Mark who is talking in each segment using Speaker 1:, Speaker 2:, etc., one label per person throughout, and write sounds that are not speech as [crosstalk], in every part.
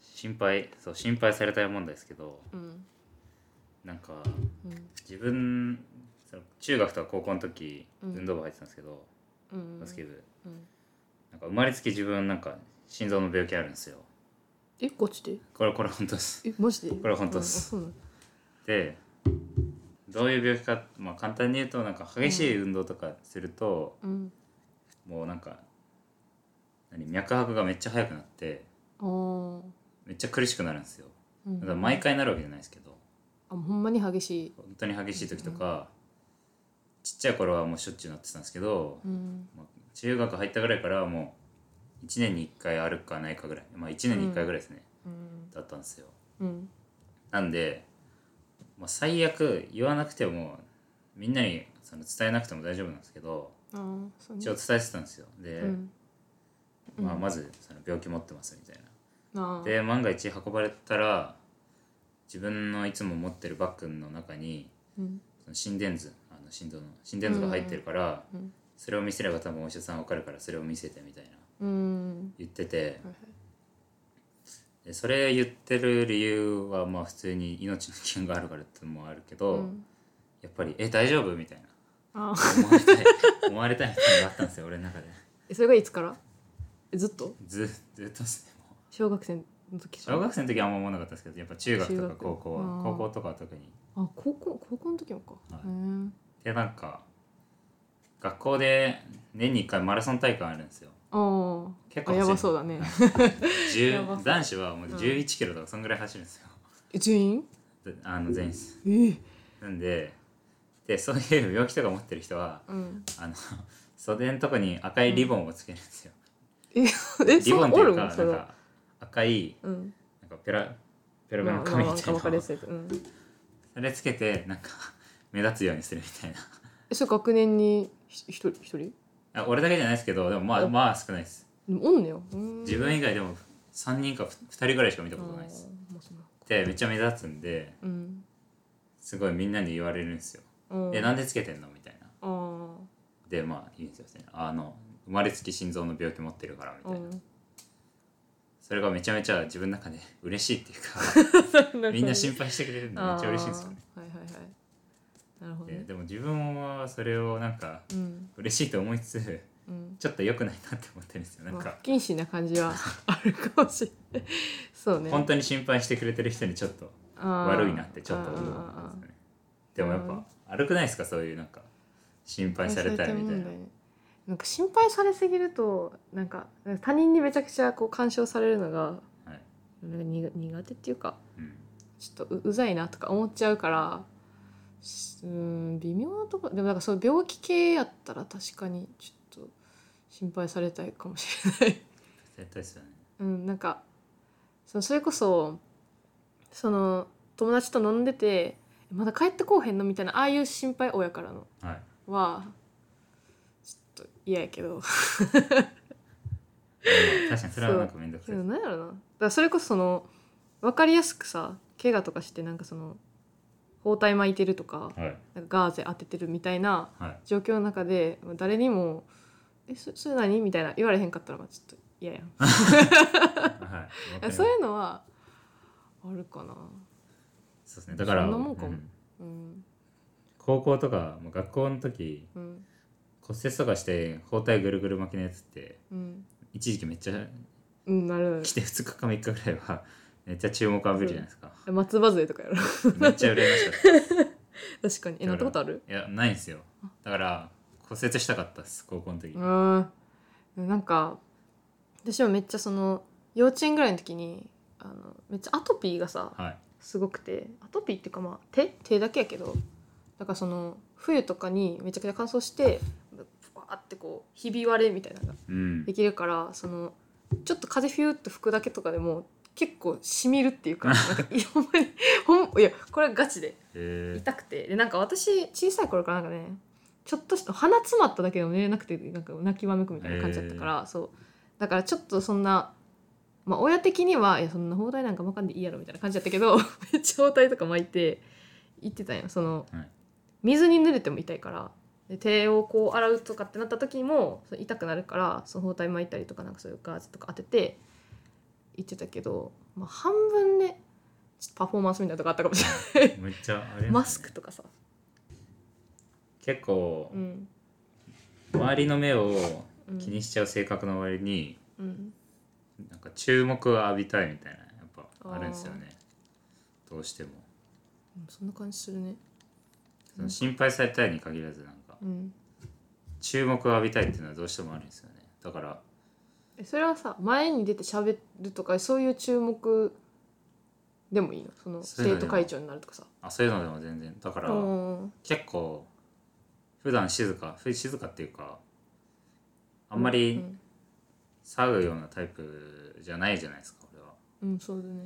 Speaker 1: 心配そう心配されたいもんですけど
Speaker 2: うん
Speaker 1: なんか
Speaker 2: うん
Speaker 1: 自分その中学とか高校の時
Speaker 2: うん
Speaker 1: 運動部入ってたんですけど、
Speaker 2: うん
Speaker 1: バスケ部
Speaker 2: うん
Speaker 1: なんか生まれつき自分なんか心臓の病気あるんですよ
Speaker 2: えガチで
Speaker 1: これこれ本当です
Speaker 2: えマジで
Speaker 1: これ本当っす
Speaker 2: うんあそうなの
Speaker 1: でどういう病気か、まあ、簡単に言うとなんか激しい運動とかすると、
Speaker 2: うん
Speaker 1: もうなんか何脈拍がめっちゃ速くなって
Speaker 2: あー
Speaker 1: めっちゃ苦しくなるんですよ
Speaker 2: うん
Speaker 1: だから毎回なるわけじゃないですけど
Speaker 2: あほんまに激しい
Speaker 1: 本当に激しい時とか、ちっちゃい頃はもうしょっちゅうなってたんですけど、
Speaker 2: うん
Speaker 1: まあ中学入ったぐらいからはもう1年に1回歩くかないかぐらいまあ1年に1回ぐらいですね、
Speaker 2: うん
Speaker 1: だったんですよ
Speaker 2: うん
Speaker 1: なんで、まあ、最悪言わなくてもみんなにその伝えなくても大丈夫なんですけど
Speaker 2: あーそうね
Speaker 1: 一応伝えてたんですよで、
Speaker 2: うん
Speaker 1: まあ、
Speaker 2: うん
Speaker 1: まずその病気持ってますみたい
Speaker 2: あ
Speaker 1: な
Speaker 2: ー
Speaker 1: で万が一運ばれたら自分のいつも持ってるバッグの中に
Speaker 2: うん
Speaker 1: その心電図あの心臓の心電図が入ってるから、
Speaker 2: うん
Speaker 1: それを見せれば多分お医者さんわかるからそれを見せてみたいな
Speaker 2: うん
Speaker 1: 言ってて
Speaker 2: はいはい
Speaker 1: でそれ言ってる理由はまあ普通に命の危険があるからってのもあるけど、
Speaker 2: うん
Speaker 1: やっぱり「え大丈夫?」みたいな
Speaker 2: あー
Speaker 1: 思わ
Speaker 2: [laughs]
Speaker 1: れたい思われたいみたいなのがあったんですよ俺の中で
Speaker 2: えそれがいつからえずっと
Speaker 1: ずずっとですねもう
Speaker 2: 小学生の時でしょ
Speaker 1: 小学生の時はあんま思わなかったんですけどやっぱ中学と
Speaker 2: 中
Speaker 1: か
Speaker 2: 学
Speaker 1: 高校
Speaker 2: あ
Speaker 1: は
Speaker 2: ー
Speaker 1: 高校とかは特に
Speaker 2: あ高校高校の時もか、
Speaker 1: はい
Speaker 2: へー
Speaker 1: でなんか学校で年に1回マラソン大会あるんですよ
Speaker 2: ああ
Speaker 1: 結構
Speaker 2: やばそううだねやばそう
Speaker 1: 男子はもう11キロとかそんぐらい走るんですよ、
Speaker 2: え全員
Speaker 1: であの全員です
Speaker 2: えー、
Speaker 1: なんででそういう病気とか持ってる人は
Speaker 2: うん
Speaker 1: あの [laughs] 袖のとこに赤いリボンをつけるんですよ、
Speaker 2: ええ
Speaker 1: リボ
Speaker 2: そ
Speaker 1: ン
Speaker 2: う
Speaker 1: ってい
Speaker 2: お
Speaker 1: う
Speaker 2: る
Speaker 1: か
Speaker 2: ん
Speaker 1: な
Speaker 2: そ
Speaker 1: ん
Speaker 2: れ
Speaker 1: か赤い
Speaker 2: うん
Speaker 1: なんかペラペラペラ
Speaker 2: ま
Speaker 1: の
Speaker 2: あまあ
Speaker 1: 紙
Speaker 2: なん
Speaker 1: みた
Speaker 2: か
Speaker 1: い
Speaker 2: 分かり
Speaker 1: なの
Speaker 2: やすいやつうん
Speaker 1: それつけてなんか [laughs] 目立つようにするみたい
Speaker 2: えそれ学年にひ一人一人
Speaker 1: なあ俺だけじゃないですけどでもまあ
Speaker 2: お
Speaker 1: まあ少ないです
Speaker 2: でもおんねようーん
Speaker 1: 自分以外でも3人か2人ぐらいしか見た
Speaker 2: あ
Speaker 1: ことない
Speaker 2: ー
Speaker 1: です
Speaker 2: まあそんな
Speaker 1: でめっちゃ目立つんで
Speaker 2: うん
Speaker 1: すごいみんなに言われるんですよ「えなんでつけてんの?」みたいな
Speaker 2: あー
Speaker 1: でまあ言うんですよねあの生まれつき心臓の病気持ってるからみ
Speaker 2: う
Speaker 1: たいなんそれがめちゃめちゃ自分の中で嬉しいっていうか [laughs]
Speaker 2: [laughs]
Speaker 1: みんな心配してくれるのめっちゃ嬉しいんですよね。
Speaker 2: あーはいはいはいなるほど
Speaker 1: で
Speaker 2: ね
Speaker 1: でも自分はそれをなんか
Speaker 2: うん
Speaker 1: 嬉しいと思いつつ [laughs]
Speaker 2: うん
Speaker 1: ちょっと良くないなって思ってるんですよなん
Speaker 2: まあ
Speaker 1: か
Speaker 2: 不謹慎な感じはあるかもしれないそうね
Speaker 1: 本当に心配してくれてる人にちょっと悪
Speaker 2: 悪
Speaker 1: いなってちょっと思
Speaker 2: あーあーあ
Speaker 1: う
Speaker 2: ー
Speaker 1: んですよねでもやっぱ悪くないですかそういうなんか心配されたいみたいな
Speaker 2: 問題ねなんか心配されすぎるとなんか他人にめちゃくちゃこう干渉されるのが
Speaker 1: はい
Speaker 2: なんか苦苦手っていうか
Speaker 1: うん
Speaker 2: ちょっとううざいなとか思っちゃうからしうーん微妙なとこでもなんかそういう病気系やったら確かにちょっと心配されたいかもしれない。 [laughs]
Speaker 1: 絶対ですよね
Speaker 2: うん、なんかそのそれこそその友達と飲んでて「まだ帰ってこうへんの?」みたいなああいう心配親からの
Speaker 1: はい
Speaker 2: はちょっと嫌やけど [laughs]
Speaker 1: でも確かにそれはなんか面倒くさ
Speaker 2: け
Speaker 1: い
Speaker 2: ど
Speaker 1: です
Speaker 2: なんやろなだからそれこそその分かりやすくさ怪我とかしてなんかその包帯巻いてるとか
Speaker 1: はい
Speaker 2: なんかガーゼ当ててるみたいな
Speaker 1: はい
Speaker 2: 状況の中でまあ誰にも「えそそれ何?」みたいな言われへんかったらまあちょっと嫌やん
Speaker 1: はいわかります
Speaker 2: そういうのはあるかな
Speaker 1: そうですねだから
Speaker 2: そんなもんか
Speaker 1: うん
Speaker 2: うん
Speaker 1: 高校とかもう学校の時
Speaker 2: うん
Speaker 1: 骨折とかして包帯ぐるぐる巻きのやつって
Speaker 2: うん
Speaker 1: 一時期めっちゃ
Speaker 2: うんなる
Speaker 1: 来て2日か3日ぐらいは [laughs] めっちゃ注目浴びるじゃないです
Speaker 2: [laughs]
Speaker 1: か
Speaker 2: 松葉杖とかやろ [laughs]
Speaker 1: めっちゃ羨ましかっ
Speaker 2: 確かにえなったことある
Speaker 1: たいやないんですよだから骨折したかったです高校の時
Speaker 2: うんなんか私はめっちゃその幼稚園ぐらいの時にあのめっちゃアトピーがさ
Speaker 1: はい
Speaker 2: すごくてアトピーっていうかまあ手手だけやけどだからその冬とかにめちゃくちゃ乾燥してバーってこうひび割れみたいなのが
Speaker 1: うん
Speaker 2: できるからそのちょっと風フィューっと吹くだけとかでも結構しみるっていうかなんかいやほんまにほんいやこれはガチで
Speaker 1: え
Speaker 2: 痛くてでなんか私小さい頃からなんかねちょっとした鼻詰まっただけでも寝れなくてなんか泣きわめくみたいな感じだったから、そうだからちょっとそんな、まあ、親的にはいやそんな包帯なんかまかんでいいやろみたいな感じだったけど [laughs] めっちゃ包帯とか巻いて行ってたんよその、
Speaker 1: はい
Speaker 2: 水に濡れても痛いからで手をこう洗うとかってなった時にもそう痛くなるからその包帯巻いたりとかなんかそういうガーゼとか当てて行ってたけどまあ、半分ねちょっとパフォーマンスみたいなとこあったかもしれない
Speaker 1: めっちゃあれ
Speaker 2: マスクとかさ、
Speaker 1: 結構
Speaker 2: うん
Speaker 1: 周りの目を
Speaker 2: うん、
Speaker 1: 気にしちゃう性格の割に
Speaker 2: うん
Speaker 1: なんか注目を浴びたいみたいなやっぱあるんですよねどうしても
Speaker 2: うんそんな感じするね
Speaker 1: その心配されたいに限らずなんか
Speaker 2: うん
Speaker 1: 注目を浴びたいっていうのはどうしてもあるんですよねだから
Speaker 2: えそれはさ前に出て喋るとかそういう注目でもいいのその
Speaker 1: そういう
Speaker 2: 生
Speaker 1: ので
Speaker 2: 徒
Speaker 1: も
Speaker 2: 会長になるとかさ
Speaker 1: あそういうのでも全然だから
Speaker 2: うん
Speaker 1: 結構普段静かふ静かっていうかあんまり
Speaker 2: うん
Speaker 1: 騒ぐようなタイプじゃないじゃないですか俺は。
Speaker 2: うん、そうだね
Speaker 1: で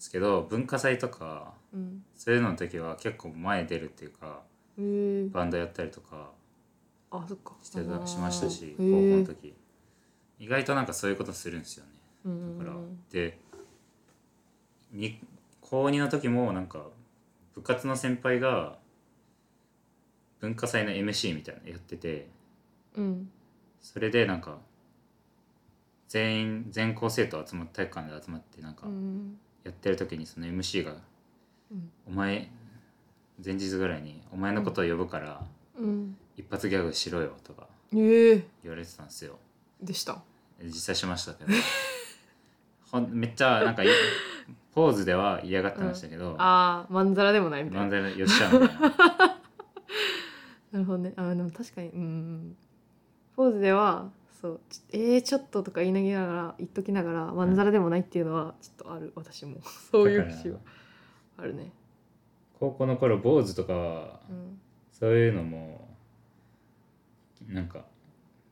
Speaker 1: すけど文化祭とか
Speaker 2: うん
Speaker 1: そういうのの時は結構前出るっていうか
Speaker 2: へえ
Speaker 1: バンドやったりとか
Speaker 2: あそっか
Speaker 1: してたしましたし高
Speaker 2: あ
Speaker 1: 校
Speaker 2: ーへえ
Speaker 1: の時意外となんかそういうことするんですよね
Speaker 2: うん
Speaker 1: だから
Speaker 2: うん
Speaker 1: でに高2の時もなんか部活の先輩が文化祭の MC みたいなのやってて
Speaker 2: うん
Speaker 1: それでなんか全員全校生徒集まって体育館で集まってなんか
Speaker 2: うん
Speaker 1: やってる時にその MC が
Speaker 2: うん
Speaker 1: 「お前前日ぐらいにお前のことを呼ぶから
Speaker 2: うん
Speaker 1: 一発ギャグしろよ」とか
Speaker 2: ええ
Speaker 1: 言われてたんですよ
Speaker 2: でした
Speaker 1: 実際しましたけ
Speaker 2: [laughs]
Speaker 1: どほんめっちゃなんかいポーズでは嫌がってましたけど、
Speaker 2: ああまんざらでもないみたい
Speaker 1: なん
Speaker 2: な
Speaker 1: でよっしゃみたいな
Speaker 2: なるほどねあーでも確かにうんポーズではそうちょえー、ちょっととか言いなぎながら言っときながらまんざらでもないっていうのはちょっとある私も [laughs] [laughs] そういう節はあるね
Speaker 1: 高校の頃坊主とかは
Speaker 2: うん
Speaker 1: そういうのもなんか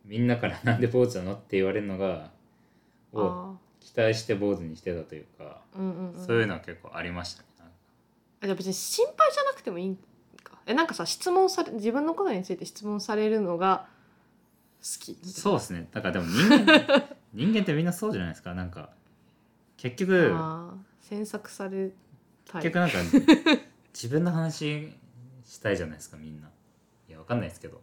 Speaker 1: みんなから [laughs] 「なんで坊主なの?」って言われるのがを
Speaker 2: あ
Speaker 1: 期待して坊主にしてたというか、
Speaker 2: あうんうん、うん、
Speaker 1: そういうのは結構ありましたね
Speaker 2: あじゃあ別に心配じゃなくてもいいんかえなんかさ質問され自分のことについて質問されるのが好き
Speaker 1: そうですねだからでも人
Speaker 2: [laughs]
Speaker 1: 間人間ってみんなそうじゃないですかなんか結局
Speaker 2: あー詮索されたい
Speaker 1: 結局なんか自分の話したいじゃないですかみんないやわかんないですけど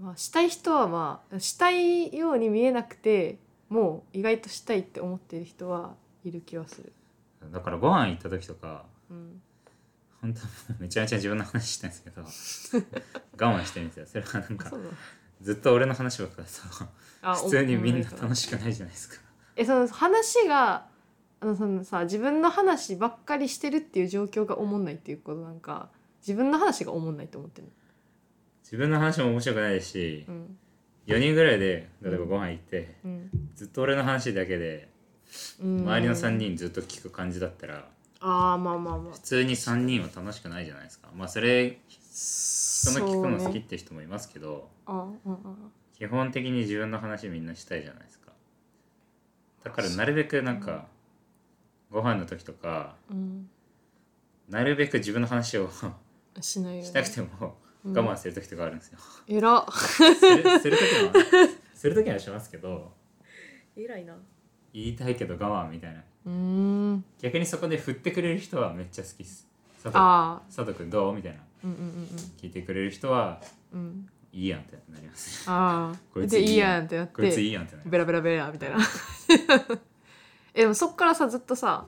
Speaker 2: まあ、したい人はまあしたいように見えなくてもう意外としたいって思ってる人はいる気はする、
Speaker 1: だからご飯行った時とか
Speaker 2: うん、
Speaker 1: 本当もうめちゃめちゃ自分の話してるんですけど
Speaker 2: [laughs]
Speaker 1: 我慢してるんですよそれはなんか
Speaker 2: そうなの
Speaker 1: ずっと俺の話ばっかりさ
Speaker 2: あ
Speaker 1: 普通にみんな
Speaker 2: しい
Speaker 1: 楽しくないじゃないですか
Speaker 2: えその話があのそのさ自分の話ばっかりしてるっていう状況がおもんないっていうことなんか自分の話がおもんないと思ってる
Speaker 1: 自分の話も面白くないですし
Speaker 2: うん
Speaker 1: 4人ぐらいで例えばご飯行って
Speaker 2: うん
Speaker 1: ずっと俺の話だけで
Speaker 2: うん
Speaker 1: 周りの3人ずっと聞く感じだったら
Speaker 2: ああまあまあまあ
Speaker 1: 普通に3人は楽しくないじゃないですかまあそれ人
Speaker 2: そ
Speaker 1: の聞くの好
Speaker 2: う
Speaker 1: きっ
Speaker 2: ね
Speaker 1: て人もいますけど、
Speaker 2: あうんうん
Speaker 1: 基本的に自分の話みんなしたいじゃないですかだからなるべくなんかご飯の時とか
Speaker 2: うん
Speaker 1: なるべく自分の話を
Speaker 2: うんしないよ、
Speaker 1: [laughs]
Speaker 2: ね、
Speaker 1: したくても
Speaker 2: うん
Speaker 1: 我慢する時とかあるんですよ、
Speaker 2: えら
Speaker 1: する [laughs] する時もする時はしますけど
Speaker 2: えらいな
Speaker 1: 言いたいけど我慢みたいな
Speaker 2: うーん
Speaker 1: 逆にそこで振ってくれる人はめっちゃ好きです佐藤
Speaker 2: ああ
Speaker 1: 佐藤君どうみたいな
Speaker 2: うんうんうん
Speaker 1: 聞いてくれる人は
Speaker 2: うんうん
Speaker 1: いいやんってなります
Speaker 2: ああ
Speaker 1: こいつ
Speaker 2: で
Speaker 1: いい
Speaker 2: いいやんってやっ
Speaker 1: こいつい
Speaker 2: て
Speaker 1: いやんってなりま
Speaker 2: ベラベラベラみたいな [laughs] えでもそっからさずっとさ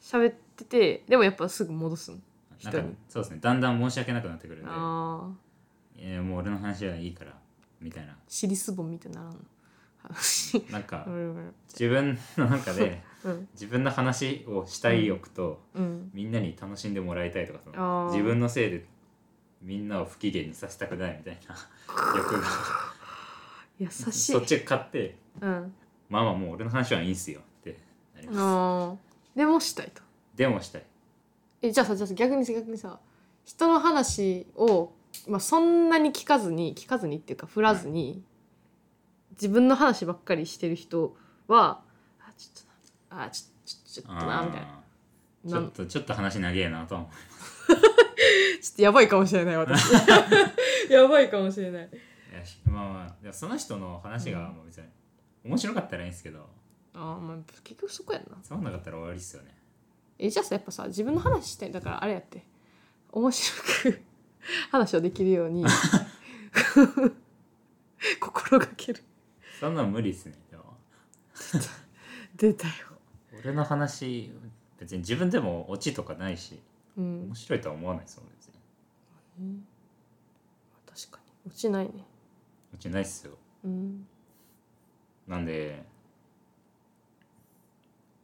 Speaker 2: 喋っててでもやっぱすぐ戻すの
Speaker 1: すなんかそうですねだんだん申し訳なくなってくるんで
Speaker 2: ああ
Speaker 1: えーもう俺の話はいいからみたいな
Speaker 2: 尻すぼみってならんの
Speaker 1: [laughs]
Speaker 2: 話
Speaker 1: なんか
Speaker 2: うん
Speaker 1: 自分の中で
Speaker 2: [laughs] うん
Speaker 1: 自分の話をしたい欲と、
Speaker 2: うん
Speaker 1: みんなに楽しんでもらいたいとかそ
Speaker 2: あ
Speaker 1: の
Speaker 2: ー
Speaker 1: 自分のせいでみんなを不機嫌にさせたくないみたいな [laughs] 欲が
Speaker 2: 優しい
Speaker 1: そっち買って
Speaker 2: うん
Speaker 1: まあまあもう俺の話はいいんすよってなりま
Speaker 2: あーでもしたいと
Speaker 1: すでもしたい
Speaker 2: えじゃあさじゃあさ逆にさ逆にさ人の話を、まあ、そんなに聞かずに聞かずにっていうか振らずに、自分の話ばっかりしてる人はあちょっとなあちょちょちょっとなみたいな
Speaker 1: あーち
Speaker 2: な
Speaker 1: ょ
Speaker 2: ん
Speaker 1: っとちょっと話長えなとは思う
Speaker 2: ちょっとやばいかもしれない私やばいかもしれない
Speaker 1: いやしまあまあでもその人の話がもう別に面白かったらいいんですけど
Speaker 2: あー、まあ、結局そこやんな
Speaker 1: つまんなかったら終わりっすよね
Speaker 2: えじゃあさやっぱさ自分の話してだからあれやって面白く [laughs] 話をできるように心がける
Speaker 1: そんなん無理っすねでも
Speaker 2: 出たよ
Speaker 1: 俺の話別に自分でもオチとかないし
Speaker 2: うん
Speaker 1: 面、白いとは思わないですもん別に
Speaker 2: うん確かに落ちないね
Speaker 1: オチないっすよ
Speaker 2: うん
Speaker 1: なんで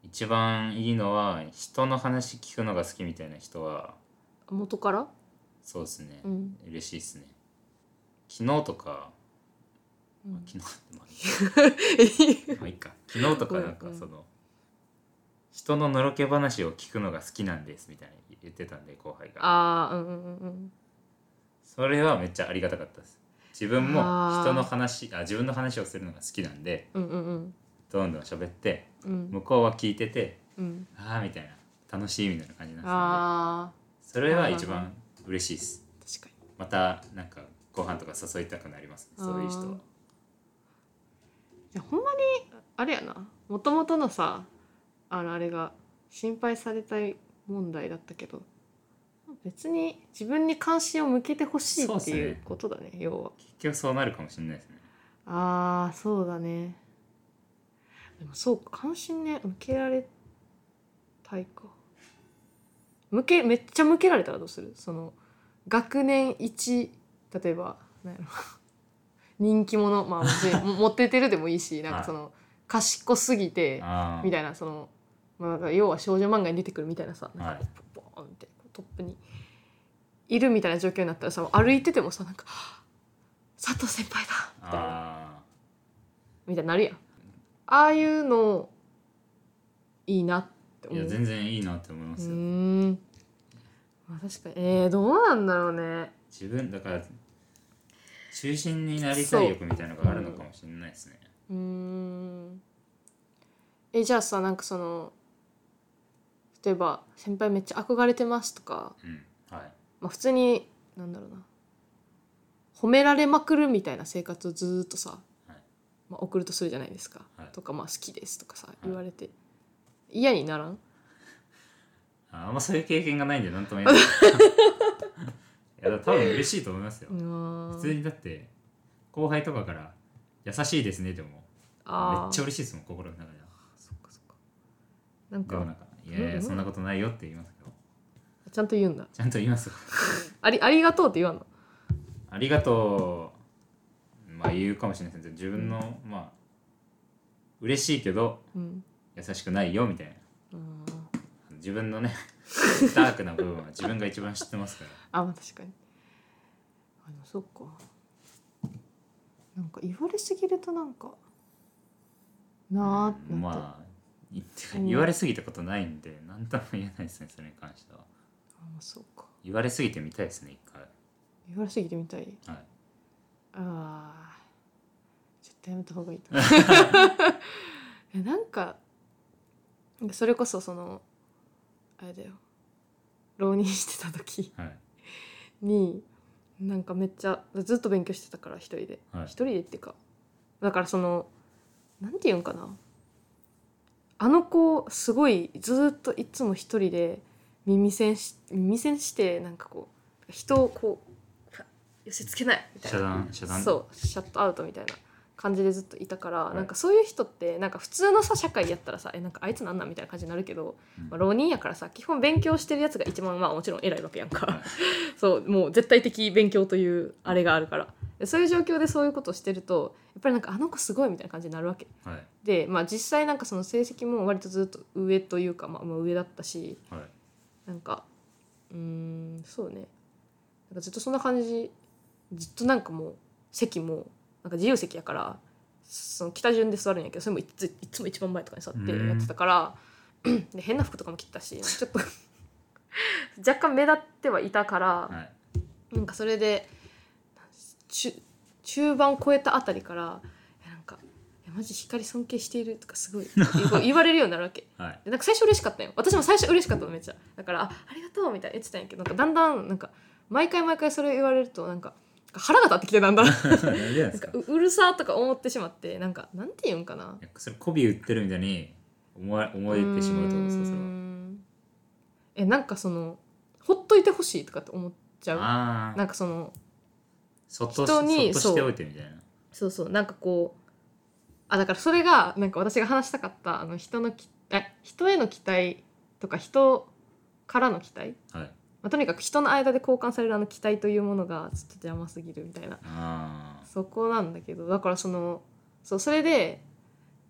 Speaker 1: 一番いいのは人の話聞くのが好きみたいな人は
Speaker 2: 元から
Speaker 1: そうですね、
Speaker 2: うん
Speaker 1: 嬉しいですね昨日とか、
Speaker 2: うん
Speaker 1: まあ昨日ってまあまあいい
Speaker 2: [laughs]
Speaker 1: か昨日とかなんか
Speaker 2: うんうん
Speaker 1: その人ののろけ話を聞くのが好きなんですみたいに言ってたんで後輩が
Speaker 2: [laughs] ああうんうんうん
Speaker 1: それはめっちゃありがたかったです自分も
Speaker 2: あー
Speaker 1: 人の話あ自分の話をするのが好きなんで
Speaker 2: うんうんうん
Speaker 1: どんどん喋って
Speaker 2: うん
Speaker 1: 向こうは聞いてて
Speaker 2: うん
Speaker 1: ああみたいな楽しいみたいな感じになんで
Speaker 2: ああ
Speaker 1: すよねそれは一番嬉しいです
Speaker 2: 確かに
Speaker 1: またなんかご飯とか誘いたくなりますねそういう人は
Speaker 2: いやほんまにあれやなもともとのさあのあれが心配されたい問題だったけど別に自分に関心を向けてほしい
Speaker 1: そうっ
Speaker 2: っ
Speaker 1: す
Speaker 2: て
Speaker 1: ね
Speaker 2: いうことだね要は
Speaker 1: 結局そうなるかもしれないですね
Speaker 2: あーそうだねでもそうか関心ね向けられたいか向けめっちゃ向けられたらどうするその学年1例えばなんやろ [laughs] 人気者まあ別に
Speaker 1: [laughs]
Speaker 2: も持っててるでもいいしなんかその、賢すぎて
Speaker 1: あ
Speaker 2: み
Speaker 1: あ
Speaker 2: たいなその、まあ、だから要は少女漫画に出てくるみたいなさなん
Speaker 1: は
Speaker 2: か
Speaker 1: い
Speaker 2: ポボーンってこうトップにいるみたいな状況になったらさ歩いててもさなんか [gasps] 「佐藤先輩だ!」みたいな。
Speaker 1: あ
Speaker 2: みたいになるやんああいうのいいなって
Speaker 1: ーい
Speaker 2: 思う
Speaker 1: や全然いいなって思います
Speaker 2: う
Speaker 1: よ
Speaker 2: ーん、まあ、確かにえー、どうなんだろうね
Speaker 1: 自分だから中心になりたい欲みたいなのがあるのかもしれないですね、
Speaker 2: うーんえじゃあさなんかその例えば「先輩めっちゃ憧れてます」とか、
Speaker 1: うん、はい
Speaker 2: まあ、普通になんだろうな褒められまくるみたいな生活をずーっとさ、
Speaker 1: はい
Speaker 2: まあ、送るとするじゃないですか、
Speaker 1: はい
Speaker 2: とか、まあ、好きですとかさ言われて、嫌にならん
Speaker 1: ああんまそういう経験がないんでなんとも
Speaker 2: [laughs]
Speaker 1: 言えないいやだから多分嬉しいと思いますよ、普
Speaker 2: 普
Speaker 1: 通にだって後輩とかから「優しいですね」でもめっちゃ嬉しいですもん心の中では
Speaker 2: そっかそっかなん
Speaker 1: でもなん
Speaker 2: か
Speaker 1: か「いやいや
Speaker 2: うん
Speaker 1: そんなことないよ」って言いますけど
Speaker 2: ちゃんと言うんだ
Speaker 1: ちゃんと言いますよ
Speaker 2: ありありがとうって言わんの
Speaker 1: ありがとうまあ言うかもしれないですけど自分のまあ嬉しいけど
Speaker 2: うん
Speaker 1: 優しくないよみたいな
Speaker 2: あー
Speaker 1: 自分のね [laughs] ダークな部分は自分が一番知ってますから
Speaker 2: あまあ確かにあのそっかなんか言われすぎるとなんかなあってなって、
Speaker 1: まあ言って言われすぎたことないんで何とも言えないですねそれに関しては
Speaker 2: あまあそうか
Speaker 1: 言われすぎてみたいですね一回
Speaker 2: 言われすぎてみたい
Speaker 1: はい
Speaker 2: あー絶対やめた方がいい
Speaker 1: [laughs]
Speaker 2: と [laughs] えなんかなんかそれこそそのあれだよ浪人してた時
Speaker 1: はい
Speaker 2: になんかめっちゃずっと勉強してたから一人で
Speaker 1: はい
Speaker 2: 一人でっていうかだからそのなんていうんかなあの子すごいずっといつも一人で耳栓し耳栓してなんかこう人をこうふわ寄せつけないみたい
Speaker 1: 遮
Speaker 2: な
Speaker 1: 断遮断
Speaker 2: そうシャットアウトみたいな感じでずっといたから、
Speaker 1: い
Speaker 2: なんかそういう人ってなんか普通のさ社会やったらさえなんかあいつなんなんみたいな感じになるけど、
Speaker 1: うん
Speaker 2: まあ、浪人やからさ基本勉強してるやつが一番まあもちろん偉いわけやんか、
Speaker 1: はい
Speaker 2: [laughs] そうもう絶対的勉強というあれがあるからでそういう状況でそういうことをしてるとやっぱりなんかあの子すごいみたいな感じになるわけ
Speaker 1: はい
Speaker 2: で、まあ、実際なんかその成績も割とずっと上というか、まあ、まあ上だったし
Speaker 1: はい
Speaker 2: なんかうーんそうねなんかずっとそんな感じずっとなんかもう席もなんか自由席やからその北順で座るんやけどそれもいついつも一番前とかに座ってやってたからで変な服とかも着てたしちょっと [laughs] 若干目立ってはいたから、
Speaker 1: はい
Speaker 2: なんかそれで中中盤超えたあたりから「いやなんかいやマジ光尊敬している」とかすごいこう言われるようになるわけ。
Speaker 1: はい
Speaker 2: でなんか最初嬉しかったよ私も最初嬉しかったのめっちゃだから「あありがとう」みたいな言ってたんやけどなんかだんだんなんか毎回毎回それ言われるとなんか腹が立ってき
Speaker 1: [laughs]
Speaker 2: てだんだんなんか
Speaker 1: 何でなんですか
Speaker 2: ううるさーとか思ってしまってなんかなんて言うんかない
Speaker 1: やそれ媚び売ってるみたいに思わ思えてしまうってことですかそれ
Speaker 2: うー
Speaker 1: は
Speaker 2: んえなんかそのほっといてほしいとかって思っちゃう
Speaker 1: ああ
Speaker 2: なんかその
Speaker 1: そっとしそっ
Speaker 2: 人に
Speaker 1: としておいてみたいな
Speaker 2: そうそうなんかこうあだからそれがなんか私が話したかったあの人のきえ人への期待とか人からの期待、
Speaker 1: はい
Speaker 2: まあ、とにかく人の間で交換されるあの期待というものがちょっと邪魔すぎるみたいな
Speaker 1: あ
Speaker 2: そこなんだけどだからそのそうそれで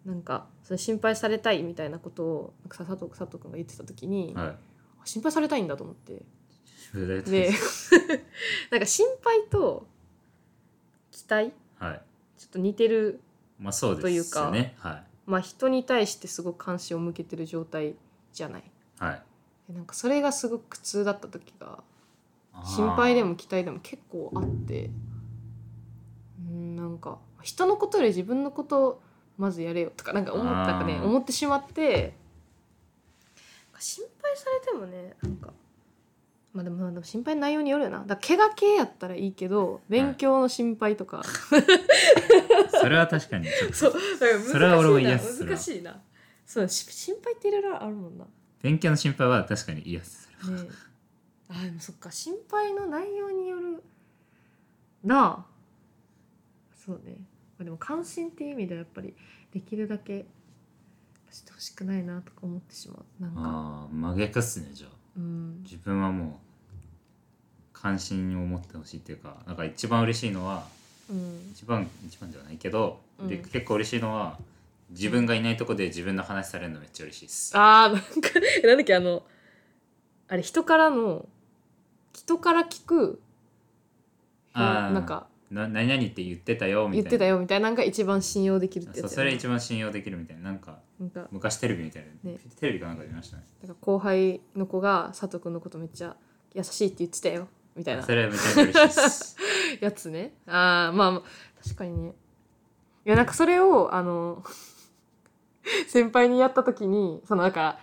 Speaker 2: なんかそれ心配されたいみたいなことをなんかさ佐藤佐藤君が言ってた時に、
Speaker 1: あはい
Speaker 2: 心配されたいんだと思って
Speaker 1: それで [laughs]
Speaker 2: でなんか心配と期待
Speaker 1: はい
Speaker 2: ちょっと似てる
Speaker 1: まあそうですね
Speaker 2: というか
Speaker 1: は
Speaker 2: まあ人に対してすごく関心を向けてる状態じゃない
Speaker 1: いはい
Speaker 2: でなんかそれがすごく苦痛だった時が
Speaker 1: あー
Speaker 2: 心配でも期待でも結構あってうんなんか人のことより自分のことをまずやれよとかなんか思っ
Speaker 1: あー
Speaker 2: なんかね思ってしまってなんか心配されてもねなんかまあでもまあでも心配の内容によるよなだから怪我系やったらいいけど勉強の心配とか、
Speaker 1: それは確かにちょっと
Speaker 2: [laughs] そうだから難しいな
Speaker 1: それは俺も嫌っす
Speaker 2: 難しいなそうし心配っていろいろあるもんな
Speaker 1: 勉強の心配は確かに嫌です
Speaker 2: ねえ [laughs] あでもそっか心配の内容によるなあそうねまあでも関心っていう意味ではやっぱりできるだけしてほしくないなとか思ってしまうなんか
Speaker 1: ああ真逆っすねじゃあ
Speaker 2: うん
Speaker 1: 自分はもう関心を持ってほしいっていうかなんか一番嬉しいのは
Speaker 2: うん
Speaker 1: 一番一番ではないけど、で
Speaker 2: うん
Speaker 1: 結構嬉しいのは自分がいないとこで自分の話されるのめっちゃ嬉しいっす
Speaker 2: あーなんか [laughs] なんだっけあのあれ人からの人から聞く
Speaker 1: あー
Speaker 2: なんか
Speaker 1: な何々って言ってたよみ
Speaker 2: 言った
Speaker 1: い
Speaker 2: てた
Speaker 1: な
Speaker 2: よみたいなのが一番信用できるってや
Speaker 1: そう
Speaker 2: つ
Speaker 1: そ
Speaker 2: やな
Speaker 1: れ一番信用できるみたいななんか
Speaker 2: なんか
Speaker 1: 昔テレビみたいな、
Speaker 2: ね
Speaker 1: テレビかなんかで見ましたね
Speaker 2: なんか後輩の子が佐藤君のことめっちゃ優しいって言ってたよみたいな
Speaker 1: それはめちゃめちゃ嬉しいっ
Speaker 2: [laughs]
Speaker 1: す
Speaker 2: やつねああまあまあ確かにねいやなんかそれをあの [laughs] 先輩にやった時にそのなんか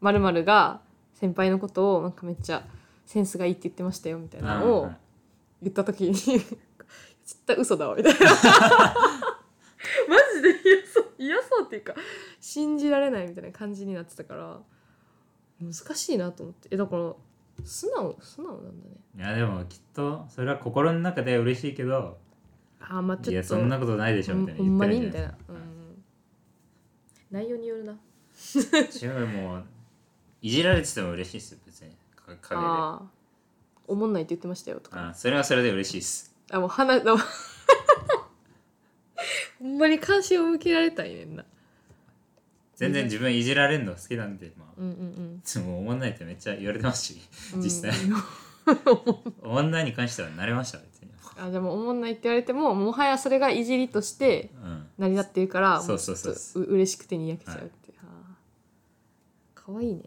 Speaker 2: まるまるが先輩のことをなんかめっちゃセンスがいいって言ってましたよみたいなの
Speaker 1: う
Speaker 2: を
Speaker 1: ん
Speaker 2: 言った時に [laughs] 絶対嘘だわみたいな [laughs] マジで嫌そう嫌そうっていうか信じられないみたいな感じになってたから難しいなと思ってえだから素直素直なんだね
Speaker 1: いやでもきっとそれは心の中で嬉しいけど
Speaker 2: あーまあちょっと
Speaker 1: いやそんなことないでしょみたいな
Speaker 2: ほんまに
Speaker 1: 言
Speaker 2: み
Speaker 1: って
Speaker 2: たい
Speaker 1: るん
Speaker 2: な、うん、内容によるな
Speaker 1: じゃないですか違うもういじられてても嬉しいっすよ別にか陰であ
Speaker 2: ああおもんないって言ってましたよとか
Speaker 1: あそれはそれで嬉しいっす
Speaker 2: あもう [laughs] 話ほんまに関心を向けられたいねんな
Speaker 1: 全然自分いじられるの好きなんでまあ
Speaker 2: うんうん
Speaker 1: でも思わないってめっちゃ言われてますし [laughs]
Speaker 2: うん
Speaker 1: 実際
Speaker 2: うん
Speaker 1: 思わないに関しては慣れました別に
Speaker 2: あでもおもんないって言われてももはやそれがいじりとして
Speaker 1: うん
Speaker 2: 成り立ってるから
Speaker 1: そうそうそう
Speaker 2: もちょっとう嬉しくてにやけちゃうっていう、あー可愛いね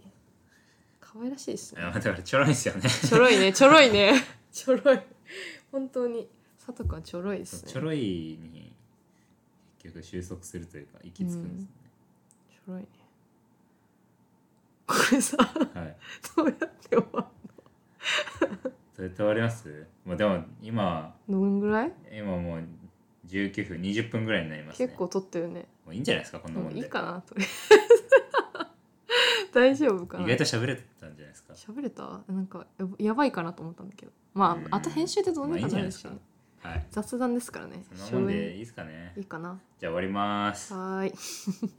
Speaker 2: 可愛らしいです
Speaker 1: い
Speaker 2: ね
Speaker 1: やだからちょろいですよね
Speaker 2: ちょろいね、ちょろいね。 [laughs] ちょろい。本当に。佐藤君はちょろいですね。
Speaker 1: ちょろいに結局収束するというか行き着くんですね、
Speaker 2: ちょろいね。これさ、 [laughs]
Speaker 1: はい
Speaker 2: どうやって終わ
Speaker 1: それと終わりますまあでも今
Speaker 2: るどんぐらい
Speaker 1: 今もう19分20分ぐらいになりますね
Speaker 2: 結構撮ってるね。
Speaker 1: もういいんじゃないですかこんな
Speaker 2: も
Speaker 1: もん
Speaker 2: う
Speaker 1: で
Speaker 2: いいかなとりあえず [laughs] 大丈夫か
Speaker 1: 意
Speaker 2: な
Speaker 1: 外と喋れたんじゃないですか
Speaker 2: 喋れたなんかやばやばいかなと思ったんだけど。ま
Speaker 1: うん
Speaker 2: あ、あと編集でどうにかなるでしょうね
Speaker 1: まあいいんじゃないではい
Speaker 2: 雑談ですからね。
Speaker 1: そんなもんでいいですかね
Speaker 2: いいかな。
Speaker 1: じゃあ終わります
Speaker 2: はーい。